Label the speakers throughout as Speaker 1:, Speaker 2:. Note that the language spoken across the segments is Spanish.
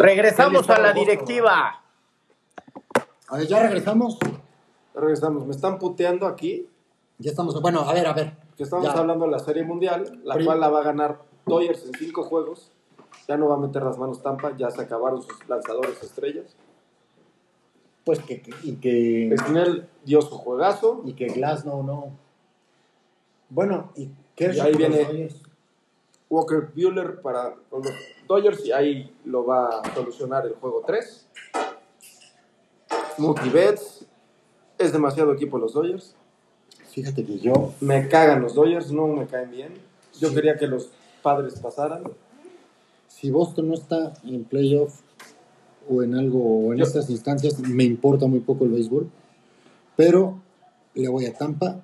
Speaker 1: Regresamos a la directiva.
Speaker 2: A ver, ya regresamos.
Speaker 3: Regresamos. Me están puteando aquí.
Speaker 2: Ya estamos. Bueno, a ver, a ver.
Speaker 3: Que estamos
Speaker 2: Ya.
Speaker 3: hablando de la Serie Mundial, la
Speaker 2: Prim-
Speaker 3: cual la va a ganar Dodgers en cinco juegos. Ya no va a meter las manos Tampa, ya se acabaron sus lanzadores estrellas.
Speaker 2: Pues que, que- y que
Speaker 3: Snell dio su juegazo.
Speaker 2: y que Glasnow no. Bueno, y qué
Speaker 3: Y ahí viene- Walker Bueller para con los Dodgers y ahí lo va a solucionar el juego 3. Mookie Betts. Es demasiado equipo los Dodgers.
Speaker 2: Fíjate que yo
Speaker 3: Me cagan los Dodgers, no me caen bien. Yo
Speaker 2: Sí.
Speaker 3: quería que los padres pasaran.
Speaker 2: si Boston no está en playoff o en algo o en
Speaker 3: Yo-
Speaker 2: estas instancias, me importa muy poco el béisbol. Pero le voy a Tampa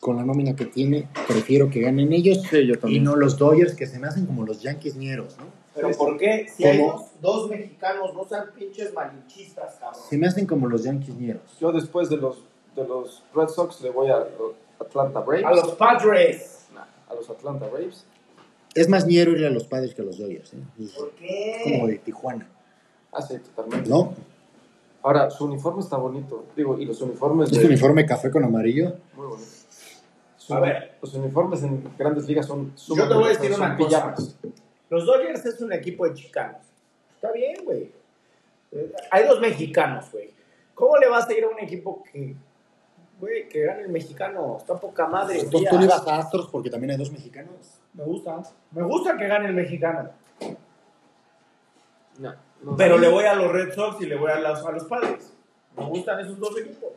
Speaker 2: con la nómina que tiene, prefiero que ganen ellos
Speaker 3: Sí, yo
Speaker 2: y no los Dodgers que se me hacen como los Yankees ñeros, ¿no?
Speaker 4: Pero ¿por qué? Si hay dos, dos mexicanos, no sean pinches malinchistas, cabrón.
Speaker 2: Se me hacen como los Yankees ñeros.
Speaker 3: Yo después de los, de los Red Sox le voy a los Atlanta Braves.
Speaker 4: A los Padres.
Speaker 3: Nah, a los Atlanta Braves.
Speaker 2: Es más ñero ir a los padres que a los Dodgers, ¿eh? Es
Speaker 4: ¿Por
Speaker 2: como
Speaker 4: qué?
Speaker 2: de Tijuana,
Speaker 3: Ah, sí, totalmente.
Speaker 2: ¿no?
Speaker 3: Ahora, su uniforme está bonito. Digo, y los uniformes
Speaker 2: Este
Speaker 3: de...
Speaker 2: uniforme café con amarillo.
Speaker 3: Muy bonito. Su-
Speaker 4: A ver.
Speaker 3: Los uniformes en grandes ligas son
Speaker 4: Yo te voy a decir
Speaker 3: son
Speaker 4: una cosa.
Speaker 3: pijamas.
Speaker 4: Los Dodgers es un equipo de chicanos. Está bien, güey. Eh, Hay dos mexicanos, güey. ¿Cómo le vas a ir a un equipo que, güey, que gane el mexicano? Está poca
Speaker 3: Pues
Speaker 4: madre.
Speaker 2: Entonces Pues tú
Speaker 4: tía.
Speaker 2: le ibas a Astros porque también hay dos mexicanos.
Speaker 4: Me gusta. Me gusta que gane el mexicano.
Speaker 3: No, no,
Speaker 4: Pero
Speaker 3: no.
Speaker 4: le voy a los Red Sox y le voy a los, a los padres. Me gustan esos dos equipos.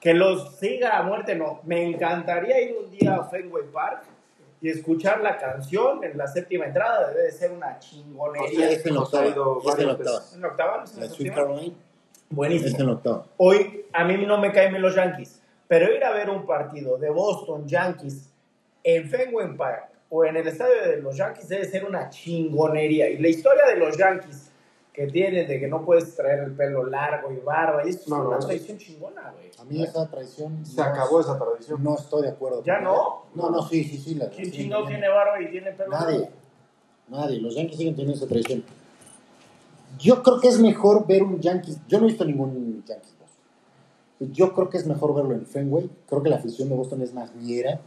Speaker 4: Que los siga a muerte, no. Me encantaría ir un día a Fenway Park y escuchar la canción en la séptima entrada. Debe de ser una
Speaker 3: Pues
Speaker 2: Sí,
Speaker 4: chingonería.
Speaker 2: es en la
Speaker 3: Nos ha ido
Speaker 2: octava. Es en la
Speaker 3: varias
Speaker 2: octava.
Speaker 3: veces.
Speaker 4: ¿En la octava? ¿No es en
Speaker 2: La
Speaker 4: la
Speaker 2: de Sweet
Speaker 4: séptima?
Speaker 2: Caroline es en
Speaker 4: Buenísimo.
Speaker 2: la octava.
Speaker 4: Hoy a mí no me caen bien los Yankees, pero ir a ver un partido de Boston Yankees en Fenway Park o en el estadio de los Yankees debe ser una chingonería. Y la historia de los Yankees que tienen de que no puedes traer el pelo largo y barba, y esto
Speaker 3: No,
Speaker 4: es una
Speaker 3: no.
Speaker 4: tradición chingona, güey.
Speaker 2: A mí esa traición
Speaker 3: Se acabó esa tradición.
Speaker 2: No estoy de acuerdo.
Speaker 4: ¿Ya no?
Speaker 2: No, no, sí, sí, sí. La,
Speaker 4: ¿Quién
Speaker 2: sí,
Speaker 4: chingado
Speaker 2: ya.
Speaker 4: tiene barba y tiene pelo
Speaker 2: Nadie.
Speaker 4: largo?
Speaker 2: Nadie. Los Yankees siguen teniendo esa traición. Yo creo que es mejor ver un Yankees. Yo no he visto ningún Yankees. Boston. Yo creo que es mejor verlo en Fenway. Creo que la afición de Boston es más ñera.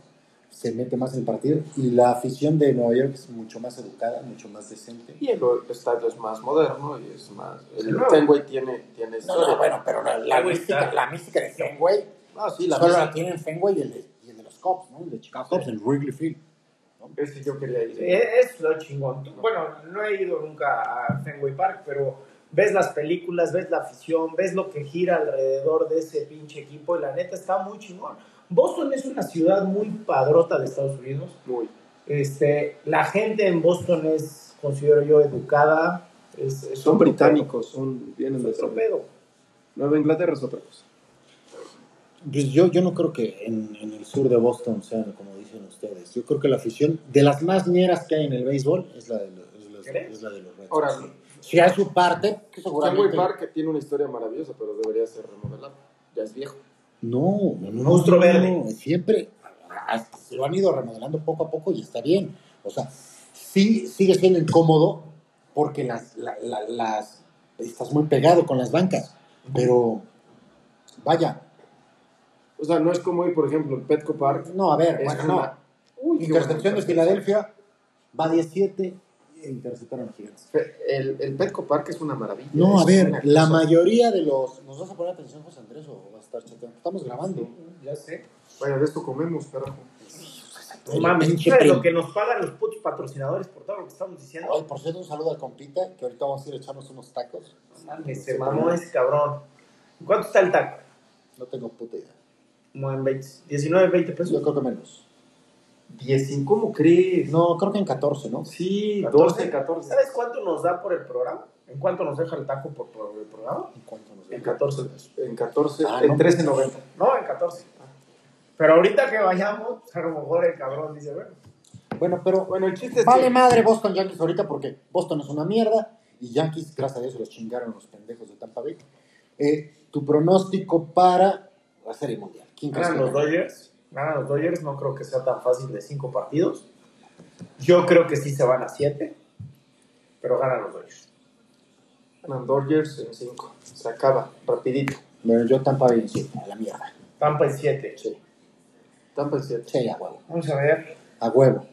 Speaker 2: Se mete más en el partido. Y la afición de Nueva York es mucho más educada, mucho más decente.
Speaker 3: Y el estadio es más moderno y es más.
Speaker 4: Sí,
Speaker 3: El
Speaker 4: no.
Speaker 3: Fenway tiene, tiene historia.
Speaker 2: pero la,
Speaker 4: Fenway está-
Speaker 2: la mística de Fenway.
Speaker 3: Ah, sí, la
Speaker 2: Solo
Speaker 3: mesa-
Speaker 2: la tienen Fenway y el, de, y el de los Cubs, ¿no? El de Chicago Cubs, el Wrigley Field.
Speaker 3: Ese yo quería ir.
Speaker 4: Eh, Es lo chingón. Tú- Bueno, no he ido nunca a Fenway Park, pero ves las películas, ves la afición, ves lo que gira alrededor de ese pinche equipo y la neta está muy chingón. Boston es una ciudad muy padrota de Estados Unidos.
Speaker 3: Muy.
Speaker 4: Este, la gente en Boston es, considero yo, educada. Es, es
Speaker 3: Son
Speaker 4: otro
Speaker 3: británicos, son
Speaker 4: pedo,
Speaker 3: vienen
Speaker 4: Es
Speaker 3: de
Speaker 4: otro pedo.
Speaker 3: Nueva Inglaterra es otra cosa.
Speaker 2: Pues yo, yo no creo que en, en el sur de Boston sean como dicen ustedes. Yo creo que la afición de las más ñeras que hay en el béisbol es la de los, es la-
Speaker 4: ¿Crees?
Speaker 2: es la de los Red Sox.
Speaker 3: Ahora,
Speaker 2: si hay su parte, que
Speaker 3: Fenway
Speaker 2: seguramente...
Speaker 3: Park tiene una historia maravillosa, pero debería ser remodelado. Ya es viejo.
Speaker 2: No, no, no,
Speaker 4: Monstruo
Speaker 2: no,
Speaker 4: verde.
Speaker 2: no, siempre hasta se lo han ido remodelando poco a poco y está bien. O sea, sí sigue siendo incómodo porque las, la- la- las estás muy pegado con las bancas, pero vaya,
Speaker 3: O sea, no es como ir, por ejemplo, el Petco Park.
Speaker 2: no, a ver,
Speaker 3: Es
Speaker 2: bueno,
Speaker 3: una-
Speaker 2: no. Intercepción de Filadelfia, va 17 e interceptaron los gigantes.
Speaker 3: Fe- El, el Petco Park es una maravilla.
Speaker 2: No, a
Speaker 3: Es
Speaker 2: ver,
Speaker 3: una
Speaker 2: la
Speaker 3: cosa.
Speaker 2: mayoría de los. ¿Nos vas a poner atención, José Andrés, o vas a estar chateando? Estamos grabando.
Speaker 4: Ya sé.
Speaker 3: Vaya, de esto comemos, carajo.
Speaker 4: No mames,
Speaker 2: Pinche
Speaker 4: ¿sabes
Speaker 2: prim-
Speaker 4: lo que nos pagan los putos patrocinadores por todo lo que estamos diciendo?
Speaker 2: Oye, por cierto, un saludo al compita, que ahorita vamos a ir a echarnos unos tacos.
Speaker 4: Mames, se mamó ese cabrón. ¿Cuánto está el taco?
Speaker 2: No tengo puta idea.
Speaker 4: Como en 20, 19, 20
Speaker 2: Yo
Speaker 4: pesos.
Speaker 2: creo que menos.
Speaker 3: Diecin, ¿cómo crees?
Speaker 2: No, creo que en 14, ¿no?
Speaker 3: Sí,
Speaker 4: 14,
Speaker 3: 12, 14.
Speaker 4: ¿Sabes cuánto nos da por el programa? ¿En cuánto nos deja el taco por, por el programa?
Speaker 2: ¿En cuánto nos
Speaker 4: En
Speaker 2: da?
Speaker 4: 14.
Speaker 3: En 14,
Speaker 2: Ah,
Speaker 3: en
Speaker 2: no.
Speaker 3: 13.90.
Speaker 4: No, en 14. Pero ahorita que vayamos, a lo mejor el cabrón dice, bueno,
Speaker 2: Bueno, pero.
Speaker 3: Bueno, el chiste es
Speaker 2: Vale
Speaker 3: que-
Speaker 2: madre Boston Yankees ahorita porque Boston es una mierda y Yankees, gracias a Dios, se los chingaron los pendejos de Tampa Bay. Eh, tu pronóstico para la Serie Mundial. ¿Quién crees
Speaker 4: ganan
Speaker 2: que
Speaker 4: los
Speaker 2: gana?
Speaker 4: Dodgers. Ganan los Dodgers, no creo que sea tan fácil de 5 partidos. Yo creo que sí se van a 7. pero ganan los Dodgers.
Speaker 3: Ganan Dodgers en 5. Se acaba, rapidito.
Speaker 2: Bueno, yo Tampa Bay en siete, a la mierda.
Speaker 4: Tampa en 7.
Speaker 2: Sí,
Speaker 3: Tampa en 7.
Speaker 2: sí, a huevo.
Speaker 4: Vamos a ver.
Speaker 2: A huevo.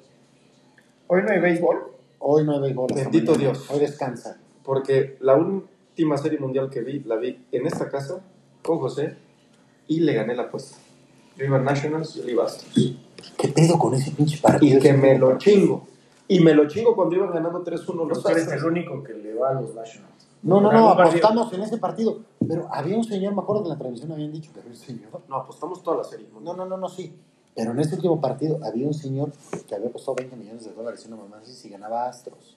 Speaker 4: Hoy no hay béisbol.
Speaker 2: Hoy no hay béisbol. hasta
Speaker 3: Bendito
Speaker 2: mañana.
Speaker 3: Dios.
Speaker 2: Hoy descansa.
Speaker 3: Porque la última serie mundial que vi, la vi en esta casa con José y le gané la apuesta. Yo iba a Nationals y él iba a Astros.
Speaker 2: ¿Qué pedo con ese pinche partido?
Speaker 3: Y que me lo chingo. Y me lo chingo cuando iban ganando 3-1 los
Speaker 4: Tú eres el
Speaker 3: Astros.
Speaker 4: único que le va a los Nationals.
Speaker 2: No, no,
Speaker 4: Ganó
Speaker 2: no,
Speaker 4: un partido.
Speaker 2: apostamos en ese partido. Pero había un señor, me acuerdo que en la transmisión habían dicho que había un señor.
Speaker 3: No, apostamos toda la serie
Speaker 2: No,
Speaker 3: mundial.
Speaker 2: no, no, no, sí. Pero en ese último partido había un señor que había apostado 20 millones de dólares en una mamá así si ganaba Astros.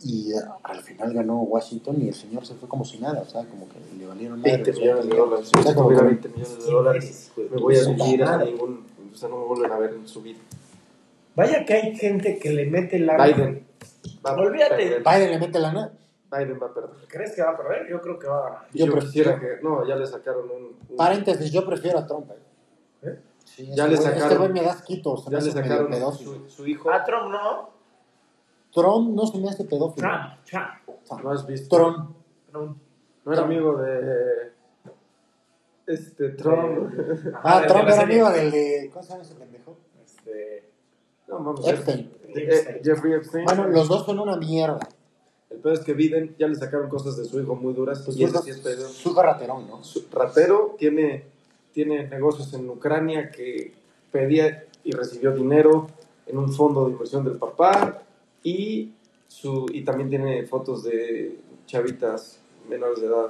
Speaker 2: Y eh, al final ganó Washington y el señor se fue como si nada, o sea, como que le valieron madre
Speaker 3: 20
Speaker 2: los
Speaker 3: millones de dólares. Si
Speaker 2: O sea,
Speaker 3: yo
Speaker 2: como
Speaker 3: tuviera
Speaker 2: que-
Speaker 3: 20 millones de dólares, me voy a vivir a ningún. O sea, no me vuelven a ver en su vida.
Speaker 4: Vaya que hay gente que le mete la.
Speaker 3: Biden. Va a
Speaker 4: Olvídate.
Speaker 3: perder.
Speaker 2: Biden le mete lana.
Speaker 3: Biden va a perder.
Speaker 4: ¿Crees que va a perder? Yo creo que va a ganar.
Speaker 3: Yo,
Speaker 2: Yo
Speaker 3: quisiera que. No, ya le sacaron un. un-
Speaker 2: Paréntesis, yo prefiero a Trump. eh.
Speaker 4: ¿Eh?
Speaker 2: Sí,
Speaker 3: Ya le
Speaker 2: este güey-
Speaker 3: sacaron-
Speaker 2: Este güey me das quitos.
Speaker 3: ya le sacaron a
Speaker 2: pedófilo.
Speaker 3: su, su hijo.
Speaker 4: A Trump no.
Speaker 2: Trump no se me hace pedófilo.
Speaker 4: Trump, Trump.
Speaker 3: No has visto.
Speaker 2: Trump.
Speaker 4: Trump.
Speaker 3: No era amigo de. Este, Trump.
Speaker 2: Ah,
Speaker 4: Ajá,
Speaker 2: Trump
Speaker 4: de la
Speaker 2: era
Speaker 4: serie.
Speaker 2: amigo del de. ¿Cómo se llama ese pendejo?
Speaker 4: Este,
Speaker 3: No, vamos. Eh,
Speaker 2: Epstein.
Speaker 3: Jeffrey Epstein.
Speaker 2: Bueno, los dos son una mierda.
Speaker 3: El peor es que Biden ya le sacaron cosas de su hijo muy duras.
Speaker 2: Pues
Speaker 3: y ese
Speaker 2: su-
Speaker 3: sí es pedo.
Speaker 2: su carraterón, ¿no?
Speaker 3: Su Ratero tiene, tiene negocios en Ucrania que pedía y recibió dinero en un fondo de inversión del papá. Y, su, y también tiene fotos de chavitas menores de edad.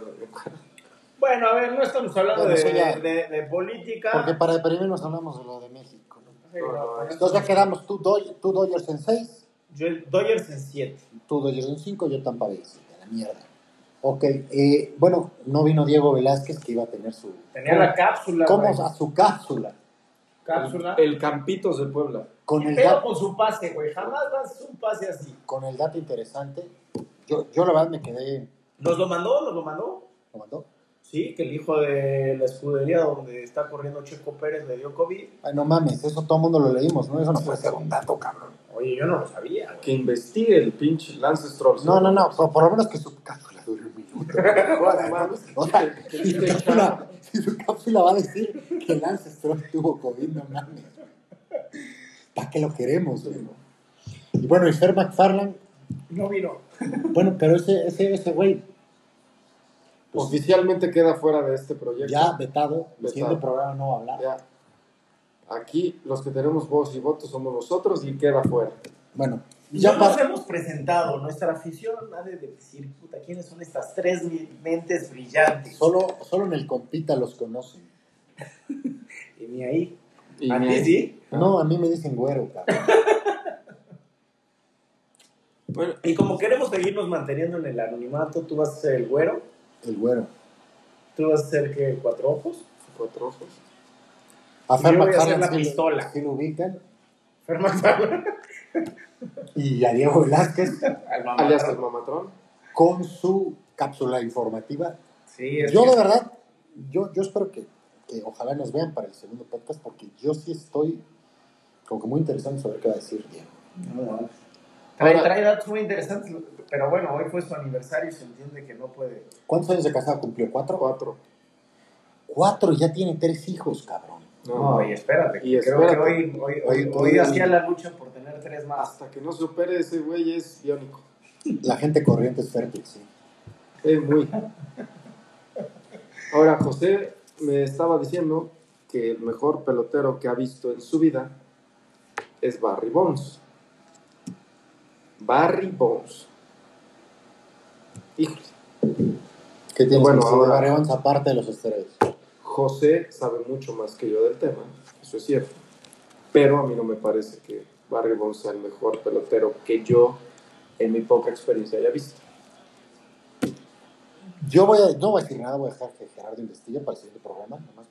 Speaker 4: Bueno, a ver, no estamos hablando
Speaker 2: Bueno,
Speaker 4: de,
Speaker 2: eso ya-
Speaker 4: de- de política.
Speaker 2: Porque para deprimir nos hablamos de lo de México. ¿no?
Speaker 4: Sí, no,
Speaker 2: Entonces ya quedamos tú, Doy- tú Dodgers en 6,
Speaker 4: Yo, Dodgers en 7.
Speaker 2: tú Dodgers en 5, yo Tampa Bay en siete, la mierda. Ok, eh, bueno, no vino Diego Velázquez que iba a tener su...
Speaker 4: Tenía la cápsula.
Speaker 2: ¿Cómo?
Speaker 4: güey.
Speaker 2: A su cápsula.
Speaker 4: Cápsula.
Speaker 3: El Campitos de Puebla.
Speaker 2: Con el,
Speaker 4: Pero
Speaker 2: dato,
Speaker 4: con su pase, güey. Jamás lanzas un pase así.
Speaker 2: con el dato interesante, yo, yo la verdad me quedé...
Speaker 4: ¿Nos lo mandó? ¿Nos lo mandó?
Speaker 2: ¿Lo mandó?
Speaker 4: Sí, que el hijo de la escudería donde está corriendo Checo Pérez le dio COVID.
Speaker 2: Ay, no mames, eso todo el mundo lo leímos, ¿no? Eso no puede ser un dato, cabrón.
Speaker 4: Oye, yo no lo sabía. güey.
Speaker 3: Que investigue el pinche Lance Strolls.
Speaker 2: No, no, no, por, por lo menos que su cápsula dure un minuto.
Speaker 3: Joder, mames.
Speaker 2: O sea, si su, cápsula, si su cápsula va a decir que Lance Stroll tuvo COVID, no mames. ¿Para qué lo queremos, güey? Y bueno, y Fer McFarland,
Speaker 4: No vino.
Speaker 2: bueno, pero ese, ese, ese güey
Speaker 3: Oficialmente queda fuera de este proyecto.
Speaker 2: ya vetado, el siguiente
Speaker 3: Vetado.
Speaker 2: programa no va a hablar.
Speaker 3: Ya. Aquí los que tenemos voz y voto somos nosotros y queda fuera.
Speaker 2: Bueno,
Speaker 4: Ya
Speaker 2: ya
Speaker 4: nos
Speaker 2: para...
Speaker 4: hemos presentado. Nuestra afición ha de decir, puta, ¿quiénes son estas tres mi- mentes brillantes?
Speaker 2: Solo, solo en el compita los conocen.
Speaker 4: Y ni ahí.
Speaker 3: Y
Speaker 4: ¿A
Speaker 3: ni-
Speaker 4: ti sí?
Speaker 2: No, a mí me dicen güero, cabrón.
Speaker 3: Bueno,
Speaker 4: Y como queremos seguirnos manteniendo en el anonimato, tú vas a ser el güero,
Speaker 2: El güero.
Speaker 4: tú vas a ser que cuatro ojos.
Speaker 3: cuatro ojos.
Speaker 2: A
Speaker 4: Yo voy a hacer la
Speaker 2: sí lo-
Speaker 4: pistola.
Speaker 2: sí lo ubican.
Speaker 4: Fernando
Speaker 2: Y a Diego Velázquez
Speaker 3: Alias el mamatrón.
Speaker 2: con su cápsula informativa
Speaker 4: Sí, es
Speaker 2: Yo
Speaker 4: que-
Speaker 2: de verdad, yo, yo espero que, que ojalá nos vean para el segundo podcast porque yo sí estoy como que muy interesado en saber qué va a decir Diego.
Speaker 4: Trae,
Speaker 3: Ahora-
Speaker 4: trae datos muy interesantes, pero bueno, hoy fue su aniversario y se entiende que no puede.
Speaker 2: ¿Cuántos años de casado cumplió? ¿Cuatro?
Speaker 3: Cuatro.
Speaker 2: Cuatro y ya tiene tres hijos, cabrón.
Speaker 3: No,
Speaker 4: y espérate.
Speaker 3: Y espérate.
Speaker 4: Creo que hoy, hoy, hoy,
Speaker 2: Hoy-
Speaker 4: hoy
Speaker 2: hoy-
Speaker 4: hacía la lucha por tener tres más.
Speaker 3: Hasta que no se opere ese güey es biónico.
Speaker 2: La gente corriente es fértil, sí.
Speaker 3: Es muy. Ahora, José me estaba diciendo que el mejor pelotero que ha visto en su vida es Barry Bonds. Barry Bonds. Híjole.
Speaker 2: ¿Qué tienes
Speaker 3: Bueno,
Speaker 2: bueno, que decir de
Speaker 3: ahora-
Speaker 2: Barry Bonds aparte de los esteroides?
Speaker 3: José sabe mucho más que yo del tema, eso es cierto. Pero a mí no me parece que Barry Bonds sea el mejor pelotero que yo, en mi poca experiencia, haya visto.
Speaker 2: Yo voy a, no voy a decir nada, voy a dejar que Gerardo investigue para el siguiente programa, nomás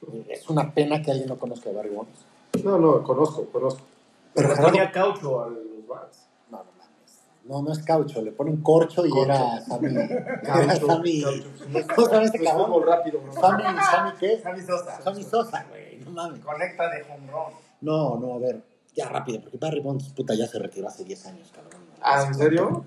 Speaker 2: porque eh, es una pena que alguien no conozca a Barry Bonds.
Speaker 3: No, no, conozco, conozco.
Speaker 2: Pero
Speaker 4: Le
Speaker 2: Gerardo,
Speaker 4: ponía caucho a los bats.
Speaker 2: no, no mames. No, no es caucho, le ponen corcho y
Speaker 3: Corcho.
Speaker 2: era Sammy. Era
Speaker 3: Caucho,
Speaker 2: Sammy.
Speaker 3: caucho. Pues
Speaker 2: ¿Cómo se llama este
Speaker 3: Es
Speaker 2: cabrón?
Speaker 3: fútbol rápido, ¿no?
Speaker 2: Sammy, Sammy, ¿qué?
Speaker 4: Javi Sosa.
Speaker 2: Sammy Sosa, güey, no mames.
Speaker 4: Conecta de home run.
Speaker 2: No, no, a ver. ya rápido, porque Barry Bonds, puta, ya se retiró hace 10 años, cabrón.
Speaker 3: Ah, ¿en serio?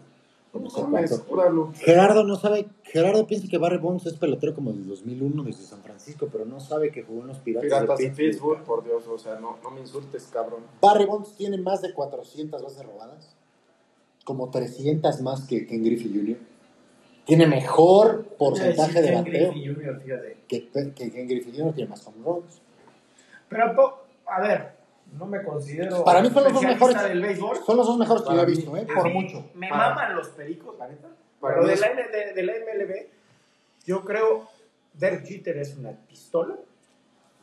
Speaker 2: No
Speaker 3: No
Speaker 2: sé
Speaker 3: mames,
Speaker 2: cuánto.
Speaker 3: júralo.
Speaker 2: Gerardo no sabe, Gerardo piensa que Barry Bonds es pelotero como del 2001 desde San Francisco, pero no sabe que jugó en los Piratas,
Speaker 3: Piratas de
Speaker 2: Pittsburgh.
Speaker 3: Pittsburgh, por Dios, o sea, no, no me insultes, cabrón.
Speaker 2: Barry Bonds tiene más de 400 bases robadas, como 300 más que Ken Griffey Jr. Tiene mejor porcentaje de
Speaker 4: Ken
Speaker 2: bateo
Speaker 4: Griffey Jr., fíjate.
Speaker 2: que, que Ken Griffey Jr. Tiene más home runs.
Speaker 4: Pero, a po- a ver, no me considero.
Speaker 2: Para mí son los dos
Speaker 4: especialista
Speaker 2: mejores.
Speaker 4: del béisbol.
Speaker 2: Son los dos mejores que yo
Speaker 3: Para
Speaker 2: he
Speaker 3: mí-
Speaker 2: visto, ¿eh?
Speaker 4: A
Speaker 2: por
Speaker 4: mí
Speaker 2: mucho.
Speaker 4: Me
Speaker 3: Para-
Speaker 4: maman los pericos, la neta.
Speaker 3: Para
Speaker 4: pero
Speaker 3: mí
Speaker 4: de
Speaker 3: es-
Speaker 4: la, N- de- de la MLB, yo creo. Derek Jeter es una pistola.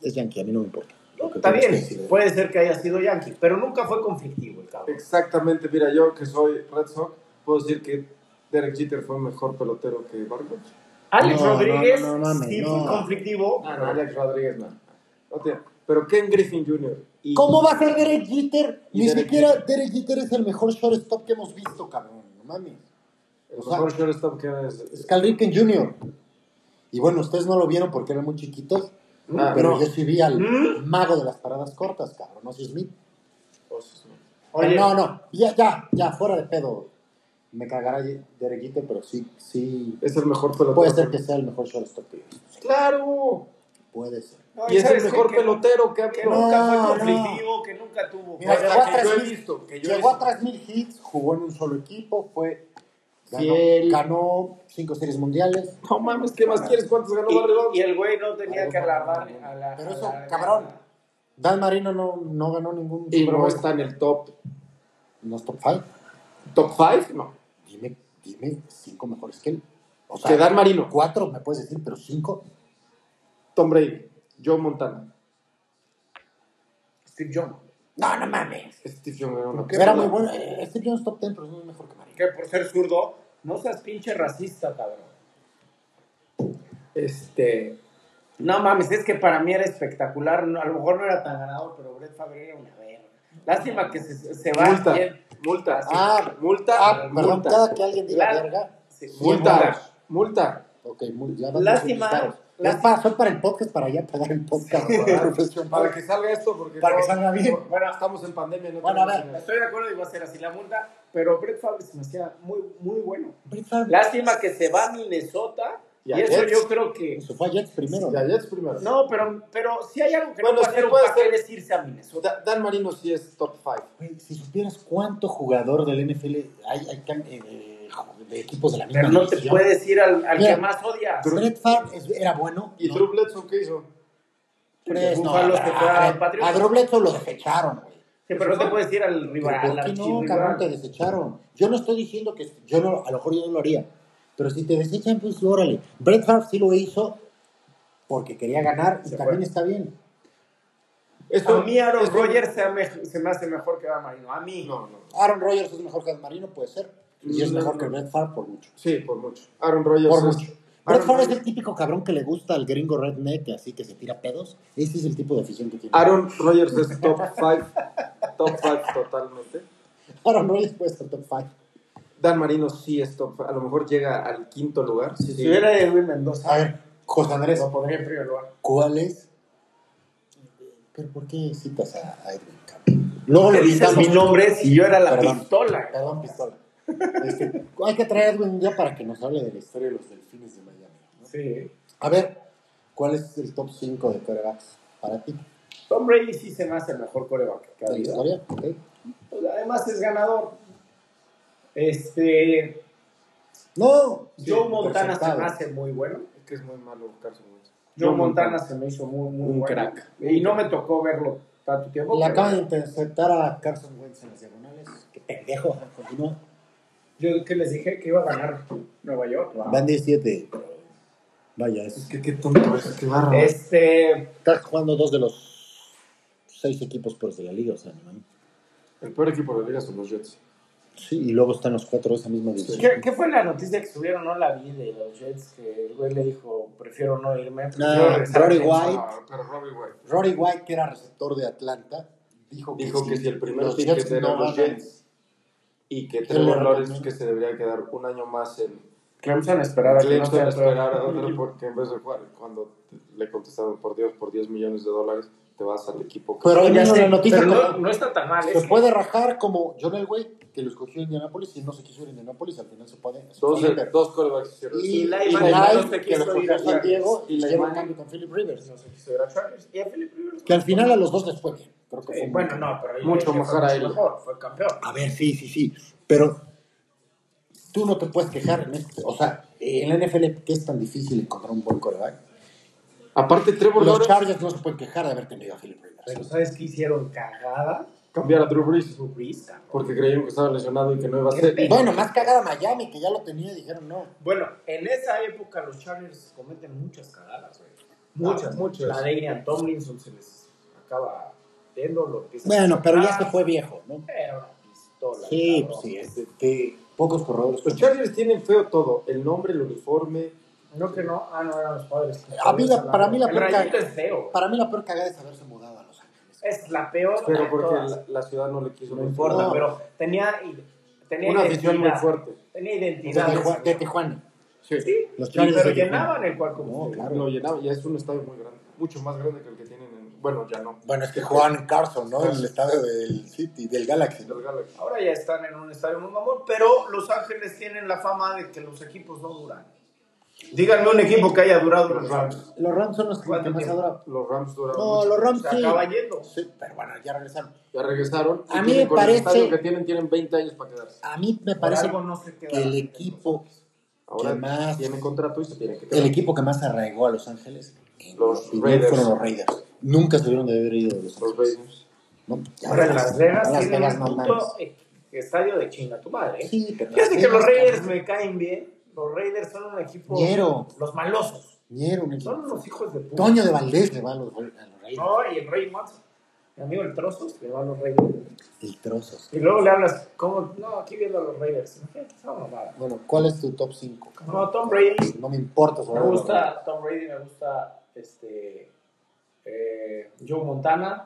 Speaker 2: Es Yankee, a mí no me importa. Lo que
Speaker 4: Está
Speaker 2: tengas que
Speaker 4: bien,
Speaker 2: decir.
Speaker 4: puede ser que haya sido Yankee, pero nunca fue conflictivo el cabrón.
Speaker 3: Exactamente, mira, yo que soy Red Sox, puedo decir que Derek Jeter fue mejor pelotero que Barry Bonds.
Speaker 4: Alex
Speaker 2: No, no,
Speaker 4: Rodríguez
Speaker 2: no, no, mames,
Speaker 4: sí
Speaker 2: no.
Speaker 4: fue conflictivo.
Speaker 3: Pero Alex Rodríguez, no. No tiene- Pero Ken Griffin Jr. y-
Speaker 2: ¿Cómo va a ser Derek Jeter?
Speaker 3: Y
Speaker 2: Ni
Speaker 3: Derek
Speaker 2: siquiera
Speaker 3: Jeter.
Speaker 2: Derek Jeter es el mejor shortstop que hemos visto, cabrón. No mames.
Speaker 3: El
Speaker 2: O sea,
Speaker 3: mejor shortstop que es.
Speaker 2: Es Cal Ripken Jr. Y bueno, ustedes no lo vieron porque eran muy chiquitos,
Speaker 3: Ah,
Speaker 2: pero
Speaker 3: no.
Speaker 2: yo sí vi al
Speaker 4: ¿Mm?
Speaker 2: mago de las paradas cortas, cabrón. No sé Smith.
Speaker 3: Osos, ¿no?
Speaker 4: Oye,
Speaker 2: No, no, ya, ya, ya, fuera de pedo. Me cagará Derek Jeter, pero sí, sí.
Speaker 3: Es el mejor pelotero.
Speaker 2: Puede ser que sea el mejor shortstop que yo he visto.
Speaker 3: ¡Claro!
Speaker 2: Puede ser.
Speaker 4: no,
Speaker 3: Y es el
Speaker 4: ¿sabes qué?
Speaker 3: mejor
Speaker 4: Que-
Speaker 3: pelotero que ha
Speaker 4: Que
Speaker 3: habido.
Speaker 2: No,
Speaker 4: nunca fue
Speaker 2: no.
Speaker 4: conflictivo, que nunca tuvo.
Speaker 2: Mira,
Speaker 3: O sea,
Speaker 2: llegó a
Speaker 3: que
Speaker 2: tres
Speaker 3: yo he
Speaker 2: mil-
Speaker 3: visto, que yo he
Speaker 2: Llegó a
Speaker 3: visto.
Speaker 2: 3.000 hits, jugó en un solo equipo, fue
Speaker 3: Fiel.
Speaker 2: fiel, ganó cinco series mundiales.
Speaker 3: No mames, ¿qué más quieres? ¿Cuántos ganó Barry
Speaker 4: Y, y
Speaker 3: Bonds?
Speaker 4: el güey no tenía
Speaker 2: Algo
Speaker 4: que alabar
Speaker 2: cabrón.
Speaker 4: a la.
Speaker 2: Pero
Speaker 4: a
Speaker 2: eso,
Speaker 4: la-
Speaker 2: cabrón. Dan Marino no, no ganó ningún
Speaker 3: Y
Speaker 2: Super
Speaker 3: no
Speaker 2: Bowl.
Speaker 3: está en el top.
Speaker 2: No es top 5.
Speaker 3: ¿Top 5? No.
Speaker 2: Dime, dime cinco mejores que él. O
Speaker 3: Que Dan Marino,
Speaker 2: cuatro me puedes decir, pero cinco.
Speaker 3: Tom Brady, Joe Montana,
Speaker 4: Steve Jones.
Speaker 2: No, no mames.
Speaker 3: Steve Young era una
Speaker 4: ¿Qué
Speaker 2: Era
Speaker 4: pena.
Speaker 2: muy bueno. Eh, Steve Jones top 10, pero no es mejor que Marino.
Speaker 4: Que por ser zurdo, no seas pinche racista, cabrón.
Speaker 3: Este.
Speaker 4: No mames, es que para mí era espectacular. No, a lo mejor no era tan ganador, pero Brett Favre era una verga. Lástima que se, se va
Speaker 3: Multa.
Speaker 4: bien.
Speaker 3: Multa. sí.
Speaker 2: Ah,
Speaker 3: multa.
Speaker 2: Ah, perdón,
Speaker 3: multa.
Speaker 2: cada que alguien diga
Speaker 4: Claro.
Speaker 2: verga.
Speaker 4: Sí, multa.
Speaker 3: multa. Multa.
Speaker 2: Ok, muy, ya vamos
Speaker 4: Lástima,
Speaker 2: a ser listados.
Speaker 4: lástima.
Speaker 2: Ya pasó para el podcast, para ya pagar el podcast. para
Speaker 3: Para
Speaker 2: profesional.
Speaker 3: que salga esto, porque.
Speaker 2: Para que
Speaker 3: no-
Speaker 2: salga bien.
Speaker 3: no- Bueno, estamos en pandemia. No
Speaker 2: Bueno, a
Speaker 3: tenemos
Speaker 2: ver.
Speaker 3: dinero.
Speaker 4: Estoy de acuerdo y va a ser así la multa, pero Brett Favre se me hacía muy, muy bueno.
Speaker 2: Brett Favre.
Speaker 4: Lástima que se va a Minnesota
Speaker 3: Y
Speaker 4: y,
Speaker 3: a
Speaker 4: eso
Speaker 3: Jets.
Speaker 4: yo creo que...
Speaker 2: Se fue a Jets primero.
Speaker 3: Y a Jets primero.
Speaker 4: No, pero, pero si hay algo que
Speaker 3: Bueno,
Speaker 4: no puede
Speaker 3: sí
Speaker 4: hacer un
Speaker 3: puede
Speaker 4: papel
Speaker 3: ser.
Speaker 4: es irse a Minnesota.
Speaker 3: Da- Dan Marino sí es top 5.
Speaker 2: Güey, si supieras cuánto jugador del NFL hay, hay can- eh, eh, de equipos de la misma
Speaker 4: Pero no te
Speaker 2: división.
Speaker 4: puedes ir al, al
Speaker 2: Mira.
Speaker 4: que más odias.
Speaker 2: Brett Favre es- era bueno.
Speaker 3: ¿Y
Speaker 2: ¿no?
Speaker 3: Drew Bledsoe qué hizo?
Speaker 2: Tres, no,
Speaker 4: Búfalos que fue a
Speaker 2: a, ver,
Speaker 4: Patriotas.
Speaker 2: a Drew Bledsoe lo desecharon, güey.
Speaker 4: Sí, pero Pues no te puedes ir al rival.
Speaker 2: ¿Por qué
Speaker 4: al
Speaker 2: no,
Speaker 4: archirrival.
Speaker 2: cabrón? Te desecharon. Yo no estoy diciendo que yo no, a lo mejor yo no lo haría. Pero si te desechan, pues órale. Brett Favre sí lo hizo porque quería ganar y
Speaker 4: Se
Speaker 2: también
Speaker 4: fue.
Speaker 2: está bien.
Speaker 4: A
Speaker 3: Eso,
Speaker 4: mí Aaron
Speaker 3: eso-
Speaker 4: Rodgers se, me, se me hace mejor que Dan Marino. A mí.
Speaker 3: No, no.
Speaker 2: Aaron Rodgers es mejor que Dan Marino, puede ser. Y es
Speaker 3: No,
Speaker 2: mejor
Speaker 3: no.
Speaker 2: que Brett Favre por mucho.
Speaker 3: Sí, por mucho. Aaron Rodgers.
Speaker 2: Por
Speaker 3: es-
Speaker 2: mucho. Brett
Speaker 3: Aaron
Speaker 2: Favre es
Speaker 3: Rodgers-
Speaker 2: el típico cabrón que le gusta al gringo redneck, así que se tira pedos. Ese es el tipo de afición que tiene.
Speaker 3: Aaron Rodgers es top 5. Top 5 totalmente.
Speaker 2: Aaron Rodgers puede ser top 5.
Speaker 3: Dan Marino sí es top five. A lo mejor llega al quinto lugar. Sí,
Speaker 4: Si hubiera Edwin Mendoza,
Speaker 2: A ver, José Andrés,
Speaker 4: lo pondría en primer lugar.
Speaker 2: ¿cuál es? ¿Pero por qué citas a a Edwin? cabrón? Luego
Speaker 4: ¿Qué
Speaker 2: lo
Speaker 4: dices
Speaker 2: visitamos.
Speaker 4: mi nombre si yo era la
Speaker 2: Perdón.
Speaker 4: pistola?
Speaker 2: Perdón, pistola. Este, hay que traer a Edwin un día para que nos hable de la historia de los delfines de Miami. ¿no?
Speaker 4: Sí.
Speaker 2: A ver, ¿cuál es el top 5 de corebacks para ti?
Speaker 4: Tom Brady sí se me hace el mejor coreback que ha
Speaker 2: ¿De la
Speaker 4: habido.
Speaker 2: historia? ¿ok?
Speaker 4: Pues, Además es ganador. Este,
Speaker 2: No.
Speaker 4: Joe Montana se
Speaker 2: presentado.
Speaker 4: me hace muy bueno.
Speaker 3: Es que es muy malo Carson Wentz.
Speaker 4: Joe Montana, se me hizo muy, muy
Speaker 2: Un
Speaker 4: bueno.
Speaker 2: crack.
Speaker 4: Y no me tocó verlo tanto tiempo.
Speaker 2: Le
Speaker 4: pero
Speaker 2: acaban de interceptar a Carson Wentz en las diagonales. Qué pendejo, ajá, continúa.
Speaker 4: Yo que les dije que iba a ganar Nueva York.
Speaker 2: Van 17. pero Vaya, es-
Speaker 3: Qué, qué tonto es. Qué barro.
Speaker 4: Este,
Speaker 2: estás jugando dos de los seis equipos por de la liga, o sea, no mames.
Speaker 3: El peor equipo de la liga son los Jets.
Speaker 2: Sí, y luego están los cuatro de esa misma división.
Speaker 4: ¿qué, qué fue la noticia que subieron? No la vi de los Jets, que el güey le dijo, prefiero no irme. prefiero
Speaker 2: No,
Speaker 4: regresar a
Speaker 2: Rory
Speaker 4: Texas".
Speaker 2: White.
Speaker 3: Ah, pero Robbie White.
Speaker 2: Rory White, que era receptor de Atlanta, dijo que,
Speaker 3: Dijo que si el primer
Speaker 2: los
Speaker 3: pick
Speaker 2: Jets
Speaker 3: era
Speaker 2: no
Speaker 3: los
Speaker 2: ganan,
Speaker 3: Jets y que
Speaker 2: Yo
Speaker 3: Trevor
Speaker 2: le
Speaker 3: Lawrence
Speaker 2: recomiendo.
Speaker 3: que se debería quedar un año más en
Speaker 4: Clemson esperar a que no
Speaker 3: Clemson
Speaker 4: sea-
Speaker 3: esperar a otro porque en vez de jugar cuando le contestaron por Dios por 10 millones de dólares te vas al equipo que
Speaker 2: Pero ahí
Speaker 4: Ya
Speaker 2: vino
Speaker 4: sé,
Speaker 2: la noticia.
Speaker 4: pero
Speaker 2: que
Speaker 5: No, no está tan mal.
Speaker 2: se
Speaker 5: es que-
Speaker 2: puede rajar como John Elway, que lo escogió Indianapolis y no se quiso ir a Indianapolis. Al final se puede. se
Speaker 3: dos, eh,
Speaker 2: puede ver.
Speaker 3: dos corebacks hicieron eso.
Speaker 2: y
Speaker 4: Eli
Speaker 2: Eli,
Speaker 4: Manning no se
Speaker 2: que
Speaker 4: quiso
Speaker 2: lo escogió
Speaker 4: ir a
Speaker 2: San Diego,
Speaker 3: Chargers.
Speaker 2: y
Speaker 3: Eli
Speaker 2: lleva un
Speaker 3: Manning.
Speaker 2: cambio con Philip Rivers.
Speaker 4: No se quiso ir a Chargers. Y a Philip Rivers. pues,
Speaker 2: Que al final a los dos les fue bien. Creo que
Speaker 4: Eh,
Speaker 2: fue
Speaker 4: bueno,
Speaker 2: muy-
Speaker 4: no, pero
Speaker 3: Mucho
Speaker 4: fue
Speaker 3: mejor a él.
Speaker 4: mejor, fue campeón.
Speaker 2: A ver, sí, sí, sí. Pero tú no te puedes quejar en este. O sea, en la NFL, ¿qué es tan difícil encontrar un buen coreback?
Speaker 3: Aparte, Trevor
Speaker 2: Los
Speaker 3: Lawrence
Speaker 2: Chargers no se pueden quejar de haber tenido a Philip
Speaker 4: Pero
Speaker 2: Rivers.
Speaker 4: ¿sabes qué hicieron? Cagada.
Speaker 3: cambiar a Drew Brees
Speaker 4: Su brisa.
Speaker 3: porque creyeron que estaba lesionado y que no iba a
Speaker 4: Qué
Speaker 3: ser.
Speaker 4: pena.
Speaker 2: Bueno, más cagada Miami, que ya lo tenía y dijeron no.
Speaker 4: Bueno, en esa época los Chargers cometen muchas cagadas, güey. Muchas,
Speaker 3: Ah,
Speaker 4: muchas.
Speaker 3: muchas.
Speaker 4: La de Adrian Tomlinson se les acaba yendo, lo empiezan
Speaker 2: Bueno,
Speaker 4: a
Speaker 2: pero ya
Speaker 4: sacar.
Speaker 2: se fue viejo, ¿no?
Speaker 4: Era una pistola.
Speaker 2: Sí,
Speaker 4: cabrón.
Speaker 2: pues sí, este, que pocos corredores.
Speaker 3: Los Chargers tienen feo todo: el nombre, el uniforme.
Speaker 4: No que no, ah, no, eran los padres.
Speaker 2: A mí la- para mí la
Speaker 4: El
Speaker 2: peor
Speaker 4: rayito
Speaker 2: caga-
Speaker 4: es feo.
Speaker 2: Para mí la peor cagada es haberse mudado a Los Ángeles.
Speaker 4: Es la peor de
Speaker 3: Pero porque
Speaker 4: todas.
Speaker 3: la, la ciudad no le quiso.
Speaker 4: No importa,
Speaker 2: No.
Speaker 4: pero tenía, tenía
Speaker 3: Una afición muy
Speaker 4: identidad.
Speaker 3: fuerte.
Speaker 4: Tenía
Speaker 2: De
Speaker 4: identidad.
Speaker 2: Tijuana. de Tijuana.
Speaker 3: Sí.
Speaker 4: Sí,
Speaker 2: Los
Speaker 4: pero
Speaker 2: Chargers de Tijuana.
Speaker 4: llenaban el cuarto.
Speaker 2: No, claro.
Speaker 3: Lo llenaba, ya es un estadio muy grande, mucho más grande que el que tienen en. Bueno, ya no.
Speaker 2: Bueno, es que jugaban en Carson, ¿no? En el estadio del City, del Galaxy.
Speaker 3: Del Galaxy.
Speaker 4: Ahora ya están en un estadio muy mamón, pero Los Ángeles tienen la fama de que los equipos no duran. Díganme un equipo que haya durado
Speaker 3: Los
Speaker 4: los años.
Speaker 3: Rams.
Speaker 2: Los Rams son los que
Speaker 4: ¿Cuánto
Speaker 2: que más
Speaker 4: tiempo?
Speaker 2: adoran.
Speaker 3: Los Rams duraron
Speaker 2: No,
Speaker 3: mucho.
Speaker 2: los Rams
Speaker 4: Se
Speaker 2: sí.
Speaker 4: acaba yendo.
Speaker 2: Sí, pero bueno, ya regresaron.
Speaker 3: Ya regresaron. y
Speaker 2: A mí
Speaker 3: tienen
Speaker 2: me
Speaker 3: con el
Speaker 2: parece-
Speaker 3: estadio que tienen, tienen 20 años para quedarse.
Speaker 2: A mí me
Speaker 4: Por
Speaker 2: parece
Speaker 4: algo no se queda.
Speaker 2: que el equipo,
Speaker 3: Ahora
Speaker 2: ¿Qué más?
Speaker 3: tienen contrato y se tienen que quedar.
Speaker 2: el equipo que más arraigó a Los Ángeles en
Speaker 3: Los
Speaker 2: mi opinión,
Speaker 3: Raiders.
Speaker 2: fueron los Raiders. Nunca se debieron de haber ido de Los
Speaker 3: Los
Speaker 2: Ángeles.
Speaker 3: Ravens.
Speaker 2: ¿no? Ya
Speaker 4: Ahora en Las Vegas,
Speaker 2: Las
Speaker 4: tienen
Speaker 2: Vegas
Speaker 4: un
Speaker 2: no
Speaker 4: puto e-,
Speaker 2: mames.
Speaker 4: estadio de chinga tu madre. ¿eh?
Speaker 2: Sí, pero
Speaker 4: Fíjate
Speaker 2: Las
Speaker 4: que los
Speaker 2: Vegas,
Speaker 4: Raiders
Speaker 2: cabrón.
Speaker 4: me caen bien. Los Raiders son un equipo.
Speaker 2: Ñero.
Speaker 4: Los malosos.
Speaker 2: Ñero, un equipo.
Speaker 4: Son unos hijos de puta.
Speaker 2: Toño de Valdés le va a los, a los Raiders.
Speaker 4: No, y el Rey Monster. Mi amigo el Trozos le va a los Raiders.
Speaker 2: El trozos.
Speaker 4: Y luego le hablas, ¿cómo? No, aquí viendo a los Raiders. Imagínate, esa mamada.
Speaker 2: Bueno, ¿cuál es tu top 5?
Speaker 4: No, Tom Brady.
Speaker 2: No me importa. sobre
Speaker 4: Me
Speaker 2: los
Speaker 4: gusta Tom Brady, me gusta este, eh, Joe Montana.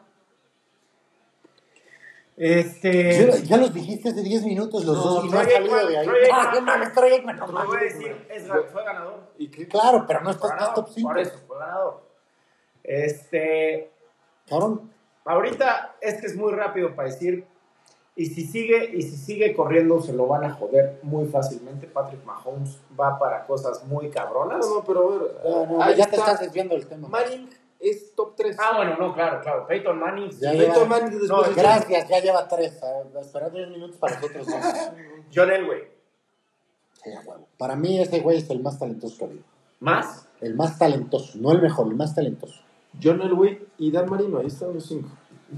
Speaker 4: Este.
Speaker 2: Raiders. Yo- ya los dijiste hace 10 minutos los
Speaker 4: No,
Speaker 2: dos y no
Speaker 4: Troy
Speaker 2: has salido
Speaker 4: Aikman,
Speaker 2: de ahí.
Speaker 4: Troy Aikman.
Speaker 2: Ah, no mames, Troy Aikman, no
Speaker 4: te voy a
Speaker 2: mames.
Speaker 4: decir, es, gan- fue ganador.
Speaker 3: ¿Y qué?
Speaker 2: Claro, pero no
Speaker 4: Fue
Speaker 2: estás
Speaker 4: ganador,
Speaker 2: top 5.
Speaker 4: Por eso, fue ganador. Este.
Speaker 2: Cabrón,
Speaker 4: Ahorita es que es muy rápido para decir. Y si sigue, y si sigue corriendo, se lo van a joder muy fácilmente. Patrick Mahomes va para cosas muy
Speaker 3: No,
Speaker 4: cabronas.
Speaker 3: Ah, no, pero a ver.
Speaker 2: no, no,
Speaker 3: ahí
Speaker 2: Ah, ya te
Speaker 3: está.
Speaker 2: estás desviando el tema.
Speaker 3: Manning es top 3.
Speaker 4: Ah, bueno, no, claro, claro. Peyton Manning.
Speaker 2: Ya
Speaker 3: Peyton
Speaker 2: lleva-
Speaker 3: Manning después
Speaker 4: No,
Speaker 3: de-
Speaker 2: Gracias, ya lleva 3. Espera 10 minutos para nosotros dos.
Speaker 4: John Elway.
Speaker 2: Sí, a huevo. Para mí ese güey es el más talentoso que ha habido.
Speaker 4: ¿Más?
Speaker 2: El más talentoso, no el mejor, el más talentoso.
Speaker 3: John Elway y Dan Marino, ahí están los 5.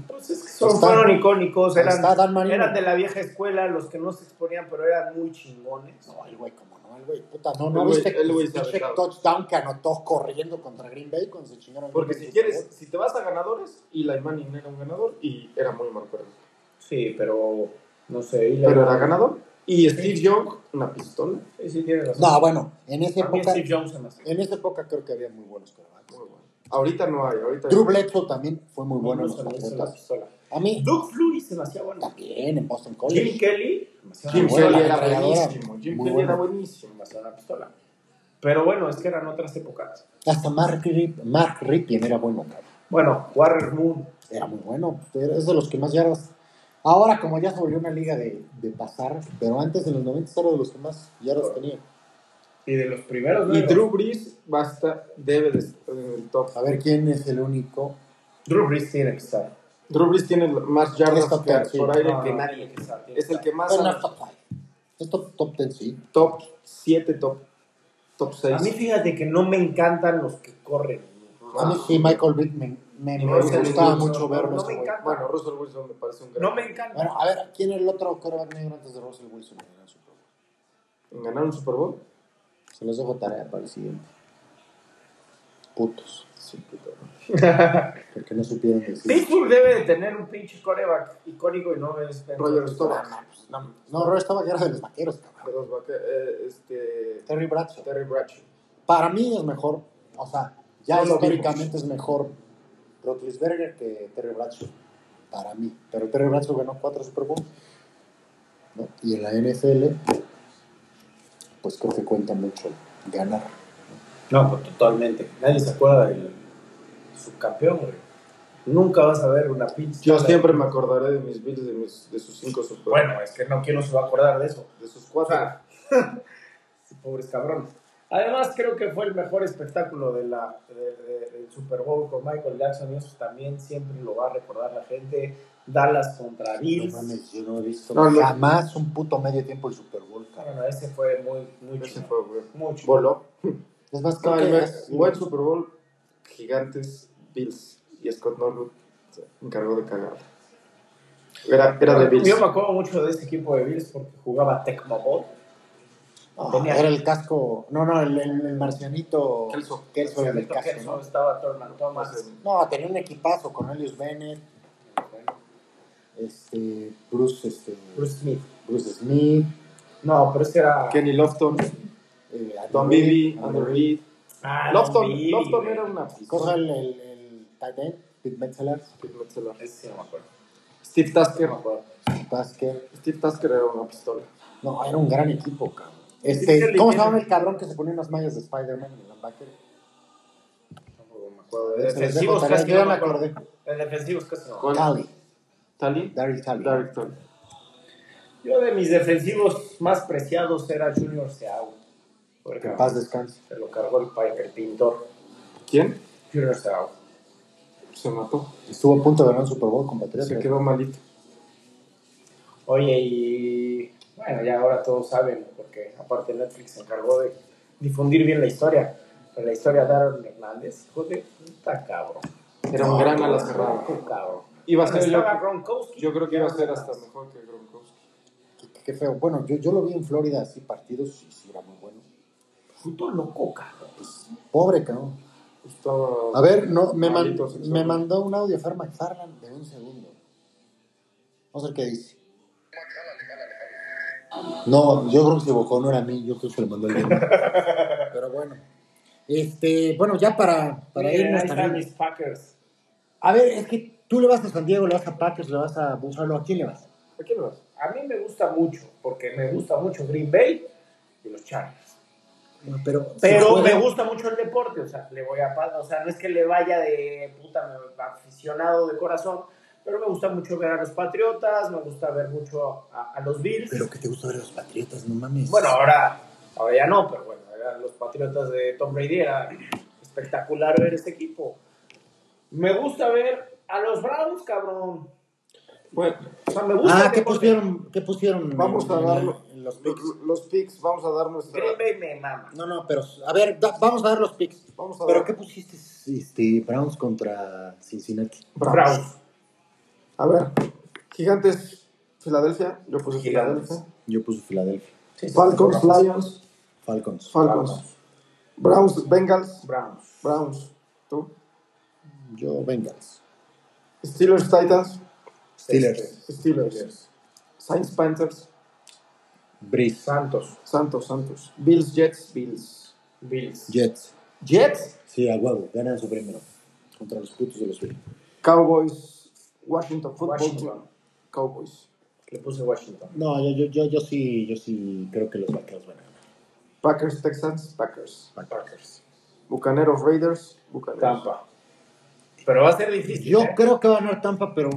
Speaker 4: Pues es que son,
Speaker 2: Está-
Speaker 4: fueron icónicos,
Speaker 2: Ahí está
Speaker 4: Pues eran,
Speaker 2: Dan Marino.
Speaker 4: eran de la vieja escuela, los que no se exponían, pero eran muy chingones.
Speaker 2: No, el güey, como no, el güey, puta, no, no
Speaker 3: El güey-
Speaker 2: viste
Speaker 3: el güey se
Speaker 2: el
Speaker 3: aventaba.
Speaker 2: touchdown que anotó corriendo contra Green Bay cuando se chingaron.
Speaker 3: Porque si quieres, si te vas a ganadores, Eli Manning era un ganador y era muy mal corredor.
Speaker 4: Sí, pero no sé. y la-
Speaker 3: Pero era ganador. Y Steve Young, una pistola.
Speaker 4: Sí, sí, tienes razón.
Speaker 2: No, bueno, en esa
Speaker 4: A mí
Speaker 2: época,
Speaker 4: Steve Jones se me hace.
Speaker 3: Eh,
Speaker 2: en esa época creo que había muy buenos corebacks.
Speaker 3: Muy bueno. Ahorita no hay, ahorita
Speaker 2: Drew Bledsoe también fue muy bueno en
Speaker 4: Bueno,
Speaker 2: los
Speaker 4: se me hizo la
Speaker 2: Patriotas.
Speaker 4: pistola.
Speaker 2: A mí
Speaker 4: Doug Flurry se me hacía bueno.
Speaker 2: también en Boston
Speaker 4: Jim
Speaker 2: College.
Speaker 4: Kelly se me hacía
Speaker 3: Ah, Jim
Speaker 4: una
Speaker 2: Ah, Bueno,
Speaker 4: pistola.
Speaker 3: Kelly era
Speaker 2: entrenadora.
Speaker 3: buenísimo. Jim
Speaker 2: Muy
Speaker 3: Kelly
Speaker 2: bueno.
Speaker 3: era buenísimo.
Speaker 4: Se me hacía una pistola. Pero bueno, es que eran otras épocas.
Speaker 2: Hasta Mark, Rip- Mark Ripien era bueno, cabrón.
Speaker 4: Bueno, Warrior Moon.
Speaker 2: Era muy bueno, era- es de los que más yardas. Ahora, como ya se volvió una liga de, de pasar, pero antes en los 90 era de los que más yardas tenía.
Speaker 4: Y de los primeros. ¿no?
Speaker 3: Y Drew Brees basta, debe de estar en el top.
Speaker 2: A ver quién es el único.
Speaker 4: Drew Brees tiene que estar.
Speaker 3: Drew Brees tiene más yardas
Speaker 2: Es top ten,
Speaker 3: que
Speaker 2: sí. Ah.
Speaker 3: por aire
Speaker 4: No,
Speaker 3: que
Speaker 4: no,
Speaker 3: nadie.
Speaker 4: tiene que estar, tiene
Speaker 3: Es el
Speaker 4: estar.
Speaker 3: que más
Speaker 2: Bueno,
Speaker 3: anota.
Speaker 2: top five. Es top, top 10, sí.
Speaker 3: top 7, top, top 6.
Speaker 4: A mí fíjate que no me encantan los que corren.
Speaker 3: Ah.
Speaker 2: A
Speaker 4: Ah.
Speaker 2: mí sí, Michael Vick me, me, me gustaba mucho verlo.
Speaker 4: No
Speaker 2: ese
Speaker 4: me
Speaker 2: güey.
Speaker 4: encanta.
Speaker 3: Bueno, Russell Wilson me parece un gran.
Speaker 4: No me encanta.
Speaker 2: Bueno, a ver, ¿quién era el otro quarterback negro antes de Russell Wilson? en el Super Bowl?
Speaker 3: ¿Ganaron un Super Bowl?
Speaker 2: Se los dejo tarea para el siguiente. Putos.
Speaker 3: Sí, puto.
Speaker 2: Porque no supieron decir.
Speaker 4: Pittsburgh debe de tener un pinche coreback icónico y no es Ben
Speaker 3: Roger
Speaker 4: Roethlisberger.
Speaker 3: Staubach.
Speaker 2: No, Roy estaba que era de los vaqueros, cabrón.
Speaker 3: De los vaque- eh, este,
Speaker 2: Terry Bradshaw.
Speaker 3: Terry Bradshaw.
Speaker 2: Para mí es mejor, o sea, ya
Speaker 3: No lo
Speaker 2: históricamente es mejor Roethlisberger que Terry Bradshaw. Para mí. Pero Terry Bradshaw ganó cuatro Super Bowls. ¿no? Y en la NFL, pues creo que cuenta mucho ganar.
Speaker 4: No, pues totalmente. Nadie se acuerda del subcampeón, güey. Nunca vas a ver una pinche.
Speaker 3: Yo
Speaker 4: tabla.
Speaker 3: siempre me acordaré de mis Bills, de, mis, de sus cinco Super Bowls,
Speaker 4: Bueno, es que no quiero se va a acordar de eso.
Speaker 3: de sus
Speaker 4: O
Speaker 3: cuatro.
Speaker 4: sea, Pobres cabrones. Además, creo que fue el mejor espectáculo de la, de- de- del Super Bowl con Michael Jackson y eso también siempre lo va a recordar la gente. Dallas contra
Speaker 2: No
Speaker 4: Bills.
Speaker 2: mames, yo no he visto
Speaker 3: No, no.
Speaker 2: jamás un puto medio tiempo el Super Bowl, cabrón.
Speaker 4: Bueno, ese fue muy, muy
Speaker 3: ese
Speaker 4: chido.
Speaker 3: fue, güey.
Speaker 4: Muy chido.
Speaker 3: Voló.
Speaker 2: Es más, creo
Speaker 3: No, el
Speaker 2: que
Speaker 3: me-
Speaker 2: es-
Speaker 3: buen Super Bowl, Gigantes, Bills y Scott Norwood se encargó de cagar. Era, era de Bills.
Speaker 4: Yo me acuerdo mucho de ese equipo de Bills porque jugaba Tecmo Bowl.
Speaker 2: Ah,
Speaker 4: Tenía-
Speaker 2: era el casco. No, no, el, el, el marcianito.
Speaker 3: Kelso.
Speaker 2: Kelso era el
Speaker 4: Excepto que
Speaker 2: casco,
Speaker 4: eso
Speaker 2: ¿no?
Speaker 4: Estaba Thurman Thomas.
Speaker 2: No, tenía un equipazo con Elius Bennett, este, Bruce, este, Bruce.
Speaker 4: Bruce Smith.
Speaker 2: Smith,
Speaker 4: No, pero ese era.
Speaker 3: Kenny Lofton,
Speaker 2: eh,
Speaker 3: Don
Speaker 2: Andy
Speaker 3: Bibi,
Speaker 2: Reid,
Speaker 3: Andy
Speaker 2: Andy
Speaker 3: Reid.
Speaker 4: Ah,
Speaker 3: Lofton,
Speaker 4: Bibi,
Speaker 3: Lofton
Speaker 4: güey.
Speaker 3: era una
Speaker 2: Reid. Cosa el, el, el tight end, Pete Metzeler,
Speaker 4: Ese sí no me acuerdo.
Speaker 3: Steve Tasker.
Speaker 2: Tasker.
Speaker 3: Steve Tasker era una pistola.
Speaker 2: No, era un gran equipo, cabrón.
Speaker 4: Es
Speaker 2: Este,
Speaker 4: que
Speaker 2: ¿Cómo se
Speaker 4: le-
Speaker 2: llama el cabrón que se ponía unas mallas de Spider-Man en el linebacker?
Speaker 4: No me acuerdo.
Speaker 2: Se los dejo
Speaker 4: Defensivos
Speaker 2: tarea,
Speaker 4: casi
Speaker 2: yo ya
Speaker 4: no
Speaker 2: me
Speaker 4: me acuerdo.
Speaker 2: acordé.
Speaker 4: En defensivos casi no.
Speaker 3: ¿Cuál?
Speaker 2: Tally,
Speaker 3: Tally.
Speaker 2: Daryl Tally.
Speaker 3: Derek Tally.
Speaker 4: Yo de mis defensivos más preciados era Junior Seau.
Speaker 2: Que
Speaker 4: Porque
Speaker 2: en paz descanse.
Speaker 4: se lo cargó el Piper Pintor.
Speaker 3: ¿Quién?
Speaker 4: Junior Seau.
Speaker 3: Se mató.
Speaker 2: Estuvo a punto de ganar un Super Bowl con
Speaker 3: Se
Speaker 2: Patriotas.
Speaker 3: quedó malito.
Speaker 4: Oye, y bueno, ya ahora todos saben, porque aparte Netflix se encargó de difundir bien la historia. Pero la historia de Aaron Hernández, hijo de puta cabrón.
Speaker 3: Era un gran ala cerrada.
Speaker 4: Qué cabrón.
Speaker 3: Iba a ser yo.
Speaker 4: Estaba Gronkowski.
Speaker 3: Yo creo que iba a ser hasta mejor que Gronkowski.
Speaker 2: Qué- Qué feo. Bueno, yo, yo lo vi en Florida, así partidos, sí, sí, era muy bueno.
Speaker 4: Puto loco, cabrón.
Speaker 2: Pues, pobre, cabrón.
Speaker 3: Estaba.
Speaker 2: A ver, no, me, man-
Speaker 3: Maldito sexual.
Speaker 2: me mandó un audio Fer McFarland de un segundo. Vamos a ver qué dice. No, yo creo que se equivocó, no era a mí, yo creo que se lo mandó el mismo. Pero bueno. Este, bueno, ya para, para
Speaker 4: Miren,
Speaker 2: irnos
Speaker 4: ahí están
Speaker 2: también.
Speaker 4: mis Packers.
Speaker 2: A ver, es que tú le vas a San Diego, le vas a Packers, le vas a Buffalo, ¿a quién le vas?
Speaker 3: ¿A quién vas?
Speaker 4: A mí me gusta mucho, porque me gusta mucho Green Bay y los Chargers.
Speaker 2: No, pero si
Speaker 4: Pero
Speaker 2: juega-
Speaker 4: me gusta mucho el deporte, o sea, le voy a pa- o sea, no es que le vaya de puta aficionado de corazón, pero me gusta mucho ver a los Patriotas, me gusta ver mucho a, a los Bills.
Speaker 2: Pero que te gusta ver a los Patriotas, no mames.
Speaker 4: bueno, ahora, ahora ya no, pero bueno, eran los Patriotas de Tom Brady era espectacular ver este equipo. Me gusta ver a los Browns, cabrón.
Speaker 3: Bueno,
Speaker 4: O sea, me gusta
Speaker 2: ah,
Speaker 4: el
Speaker 2: ¿qué
Speaker 4: deporte.
Speaker 2: pusieron? ¿Qué pusieron?
Speaker 3: vamos a
Speaker 2: en-
Speaker 3: dar
Speaker 2: en los picks.
Speaker 3: los picks. Vamos a dar nuestra.
Speaker 4: Green Bay me mama.
Speaker 2: No, no, pero a ver, da- vamos a dar los picks.
Speaker 3: Vamos a
Speaker 2: ¿Pero
Speaker 3: dar.
Speaker 2: qué pusiste este, Browns contra Cincinnati?
Speaker 4: Browns.
Speaker 3: A ver. Gigantes, Filadelfia. Yo puse
Speaker 4: Gigantes.
Speaker 3: Filadelfia.
Speaker 2: Yo puse Filadelfia.
Speaker 3: Falcons, Lions,
Speaker 2: Falcons.
Speaker 3: Falcons. Browns, Bengals,
Speaker 4: Browns.
Speaker 3: Browns. ¿Tú?
Speaker 2: Yo Bengals.
Speaker 3: Steelers, Titans,
Speaker 2: Steelers.
Speaker 3: Steelers. Saints, Panthers,
Speaker 2: Breeze.
Speaker 4: Santos.
Speaker 3: Santos, Santos. Bills, Jets, Bills.
Speaker 4: Bills.
Speaker 2: Jets.
Speaker 3: Jets,
Speaker 2: Sí, a huevo. Ganan su primero. Contra los putos de los Bills.
Speaker 3: Cowboys, Washington Football
Speaker 4: Washington.
Speaker 3: Team. Cowboys.
Speaker 4: Le puse Washington.
Speaker 2: No, yo, yo, yo, yo sí, yo sí creo que los vaqueros van a ganar.
Speaker 3: Packers, Texans, Packers.
Speaker 4: Packers.
Speaker 3: Bucaneros, Raiders, Bucaneros.
Speaker 4: Tampa. Pero va a ser difícil.
Speaker 2: Yo
Speaker 4: ¿eh?
Speaker 2: creo que va a ganar Tampa, pero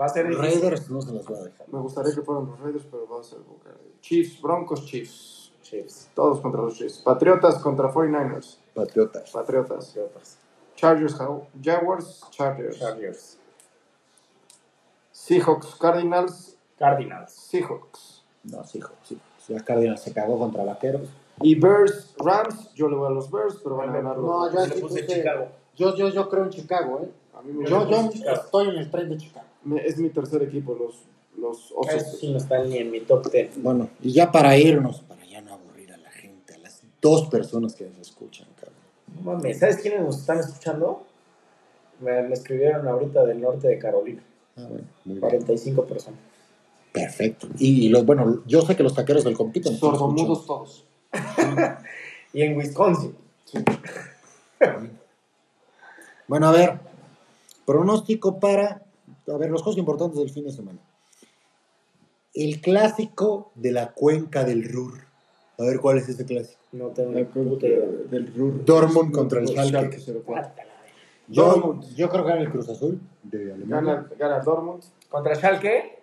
Speaker 4: Va a ser difícil.
Speaker 2: Este, Raiders no se las va a dejar.
Speaker 3: Me gustaría que fueran los Raiders, pero va a ser Bucaneros. Chiefs, Broncos, Chiefs.
Speaker 4: Chiefs.
Speaker 3: Todos contra los Chiefs. Patriotas contra 49ers.
Speaker 2: Patriotas.
Speaker 3: Patriotas.
Speaker 4: Patriotas.
Speaker 3: Chargers, Jagu- Jaguars, Chargers.
Speaker 4: Chargers.
Speaker 3: Seahawks, Cardinals,
Speaker 4: Cardinals.
Speaker 3: Seahawks.
Speaker 2: No, sí, hijo, sí. Si las Cardinals se cagó contra vaqueros.
Speaker 3: Y Bears, Rams. Yo le voy a los Bears, pero van a ganar
Speaker 2: No,
Speaker 3: los
Speaker 2: yo
Speaker 4: Le
Speaker 2: sí
Speaker 4: puse
Speaker 2: puse-
Speaker 4: Chicago.
Speaker 2: Yo, yo, yo creo en Chicago, ¿eh?
Speaker 3: A mí me-
Speaker 2: Yo, yo
Speaker 4: Chicago.
Speaker 2: estoy en el tren de Chicago.
Speaker 3: me- es mi tercer equipo, los, los
Speaker 4: Eso
Speaker 3: Osos.
Speaker 4: sí no está ni en mi top 10.
Speaker 2: Bueno, y ya para irnos, para ya no aburrir a la gente, a las dos personas que nos escuchan, cabrón.
Speaker 4: No mames, ¿sabes quiénes nos están escuchando? Me, me escribieron ahorita del norte de Carolina.
Speaker 2: Ah, bueno, muy bien.
Speaker 4: 45 personas.
Speaker 2: Perfecto. Y, los, bueno, yo sé que los taqueros del compito nos están
Speaker 3: Sordomudos todos.
Speaker 4: Y en Wisconsin.
Speaker 2: escuchando. Bueno, a ver, pronóstico para, a ver, los cosas importantes del fin de semana. El clásico de la cuenca del Ruhr. A ver, ¿cuál es ese clásico?
Speaker 4: No tengo ni puta idea.
Speaker 3: Del Ruhr.
Speaker 2: Dortmund contra el Schalke.
Speaker 3: Schalke 04.
Speaker 4: Mátala, güey.
Speaker 2: Yo,
Speaker 3: Dortmund.
Speaker 2: yo creo que gana el Cruz Azul de Alemania.
Speaker 3: Gana, gana Dortmund.
Speaker 4: ¿Contra Schalke?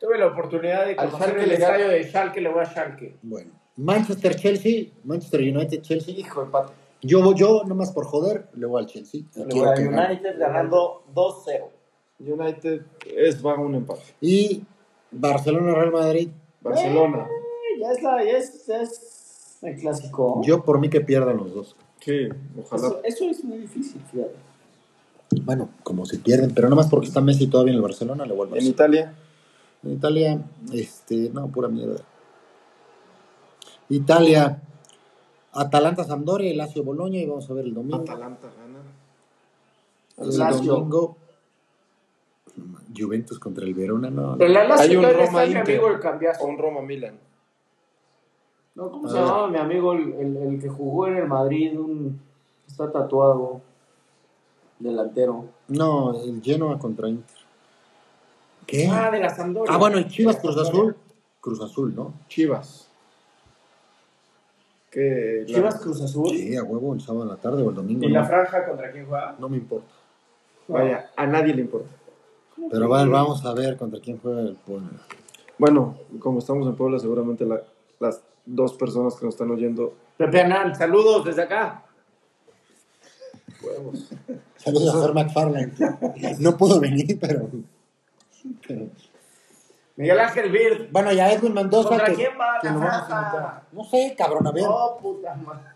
Speaker 4: Tuve la oportunidad de
Speaker 3: Al
Speaker 4: conocer
Speaker 3: Schalke
Speaker 4: el
Speaker 3: le gana-
Speaker 4: estadio de Schalke, le voy a Schalke.
Speaker 2: Bueno, Manchester Chelsea, Manchester United Chelsea.
Speaker 3: Hijo, empate.
Speaker 2: Yo voy yo, nomás por joder, le voy al Chelsea.
Speaker 3: voy
Speaker 2: Quiero
Speaker 3: al
Speaker 2: que gane.
Speaker 1: United ganando 2-0.
Speaker 3: United es, va a un empate.
Speaker 2: Y Barcelona Real Madrid.
Speaker 3: Barcelona.
Speaker 1: Eh, Ya es, la- ya es- ya es el clásico.
Speaker 2: Yo por mí que pierdan los dos.
Speaker 3: Sí, ojalá.
Speaker 1: eso, eso es muy difícil, fíjate.
Speaker 2: Bueno, como si pierden, pero nomás porque está Messi todavía en el Barcelona, le voy al
Speaker 3: En
Speaker 2: Barcelona.
Speaker 3: Italia.
Speaker 2: En Italia, este, no, pura mierda. Italia, Atalanta Sampdoria y Lazio Boloña y vamos a ver el domingo.
Speaker 3: Atalanta gana.
Speaker 2: El
Speaker 1: Lazio.
Speaker 2: domingo Juventus contra el Verona, no.
Speaker 4: El Alas
Speaker 3: Hay un
Speaker 4: todavía está
Speaker 3: Roma
Speaker 4: mi
Speaker 3: Inter.
Speaker 4: amigo el cambiazo.
Speaker 3: O un Roma Milan.
Speaker 1: No, ¿Cómo se
Speaker 2: Ah.
Speaker 1: llamaba mi amigo el, el- el que jugó en el Madrid? Un, está tatuado. Delantero.
Speaker 2: No, el Genoa contra Inter. ¿Qué?
Speaker 4: Ah,
Speaker 2: Ah,
Speaker 4: de la Sampdoria.
Speaker 2: bueno, el Chivas
Speaker 4: De la
Speaker 2: Cruz
Speaker 4: Sampdoria.
Speaker 2: Azul. Cruz Azul, ¿no?
Speaker 3: Chivas. Que la-
Speaker 1: Chivas Cruz Azul.
Speaker 2: Sí, a huevo, el sábado en la tarde o el domingo.
Speaker 4: ¿Y
Speaker 2: no,
Speaker 4: la franja contra quién juega?
Speaker 2: no me importa.
Speaker 3: Vaya, a nadie le importa.
Speaker 2: Pero va- vamos a ver contra quién juega el Puebla.
Speaker 3: Bueno, como estamos en Puebla, seguramente la- las dos personas que nos están oyendo.
Speaker 4: Pepe Anán, saludos desde acá.
Speaker 2: Saludos a Fer McFarland. Pues No pudo venir, pero. pero-
Speaker 4: Miguel Ángel Bird.
Speaker 2: Bueno, ya Edwin Mendoza.
Speaker 4: ¿Contra
Speaker 2: que-
Speaker 4: quién va la
Speaker 2: que lo vamos a
Speaker 4: franja?
Speaker 2: invitar. No sé, cabrón, a ver.
Speaker 4: Oh, puta madre.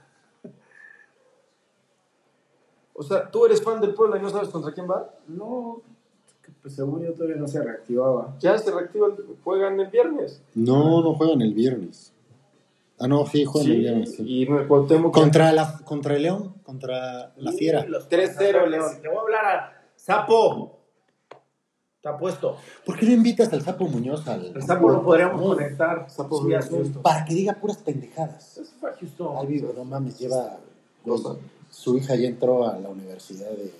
Speaker 3: O sea, tú eres fan del Puebla y no sabes contra quién va.
Speaker 4: No, pues según yo todavía no se reactivaba.
Speaker 3: Ya se reactiva, el- juegan el viernes.
Speaker 2: No, no juegan el viernes. Ah, no, sí, juegan el viernes. sí.
Speaker 3: y en el Cuauhtémoc.
Speaker 2: Contra, la, contra el León, contra la Fiera.
Speaker 4: Y los
Speaker 3: 3-0
Speaker 4: 3-0,
Speaker 3: León.
Speaker 4: León. Te voy a hablar a Sapo. Está puesto.
Speaker 2: ¿Por qué no invitas al Sapo Muñoz al.
Speaker 4: El Sapo lo podríamos
Speaker 2: No,
Speaker 4: conectar.
Speaker 3: Sapo
Speaker 4: sí,
Speaker 3: vive
Speaker 4: a Houston.
Speaker 2: Para que diga puras pendejadas.
Speaker 4: Eso fue a Houston.
Speaker 2: Ay, vivo, no mames, lleva.
Speaker 3: Dos años.
Speaker 2: Su hija ya entró a la universidad de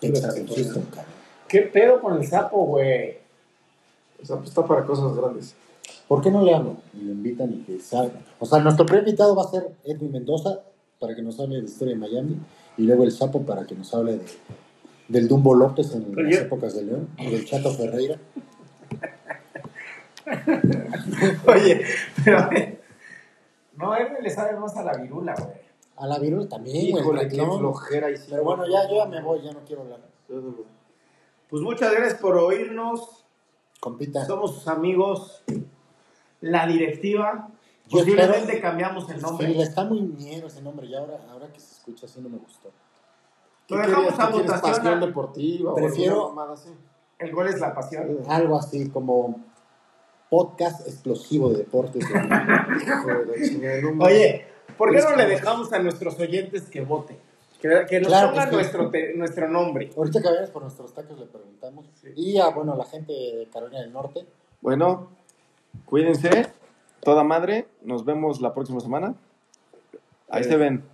Speaker 2: Texas en Houston, cabrón.
Speaker 4: ¿Qué pedo con el Sapo, güey?
Speaker 3: O sea, pues está para cosas grandes.
Speaker 2: ¿Por qué no le hablan? Y lo invitan y que salga. O sea, nuestro primer invitado va a ser Edwin Mendoza para que nos hable de la historia de Miami y luego el Sapo para que nos hable de- del Dumbo López en
Speaker 4: Pero
Speaker 2: las
Speaker 4: yo-
Speaker 2: épocas de León y del Chato Ferreira.
Speaker 4: Oye, pero. a ver, No, él le sabe más a la virula, güey.
Speaker 2: A la Virul también, güey.
Speaker 3: Híjole, qué
Speaker 2: ¿no?
Speaker 3: flojera hicimos.
Speaker 2: Pero bueno, ya, yo ya me voy, ya no quiero hablar.
Speaker 4: Pues muchas gracias por oírnos.
Speaker 2: Compita,
Speaker 4: Somos sus amigos. La directiva.
Speaker 2: Yo
Speaker 4: Posiblemente
Speaker 2: espero-
Speaker 4: cambiamos el nombre.
Speaker 2: sí, le está muy miedo ese nombre. Ya ahora, ahora que se escucha así no me gustó.
Speaker 4: Lo dejamos a
Speaker 3: ¿Quieres pasión
Speaker 4: votación. a-
Speaker 3: deportiva
Speaker 2: Prefiero-
Speaker 3: o alguna mamada así?
Speaker 4: El gol es la pasión.
Speaker 2: Algo así como podcast explosivo de deportes.
Speaker 3: Hijo de la chingada, no mames.
Speaker 4: Oye, ¿por qué no le dejamos a nuestros oyentes que voten? Que, que nos
Speaker 2: Claro que
Speaker 4: pongan
Speaker 2: sí.
Speaker 4: nuestro, te- nuestro nombre.
Speaker 2: Ahorita que vayamos por nuestros tacos le preguntamos. Y a, bueno, a la gente de Carolina del Norte.
Speaker 3: Bueno, cuídense, toda madre. Nos vemos la próxima semana. Ahí se ven.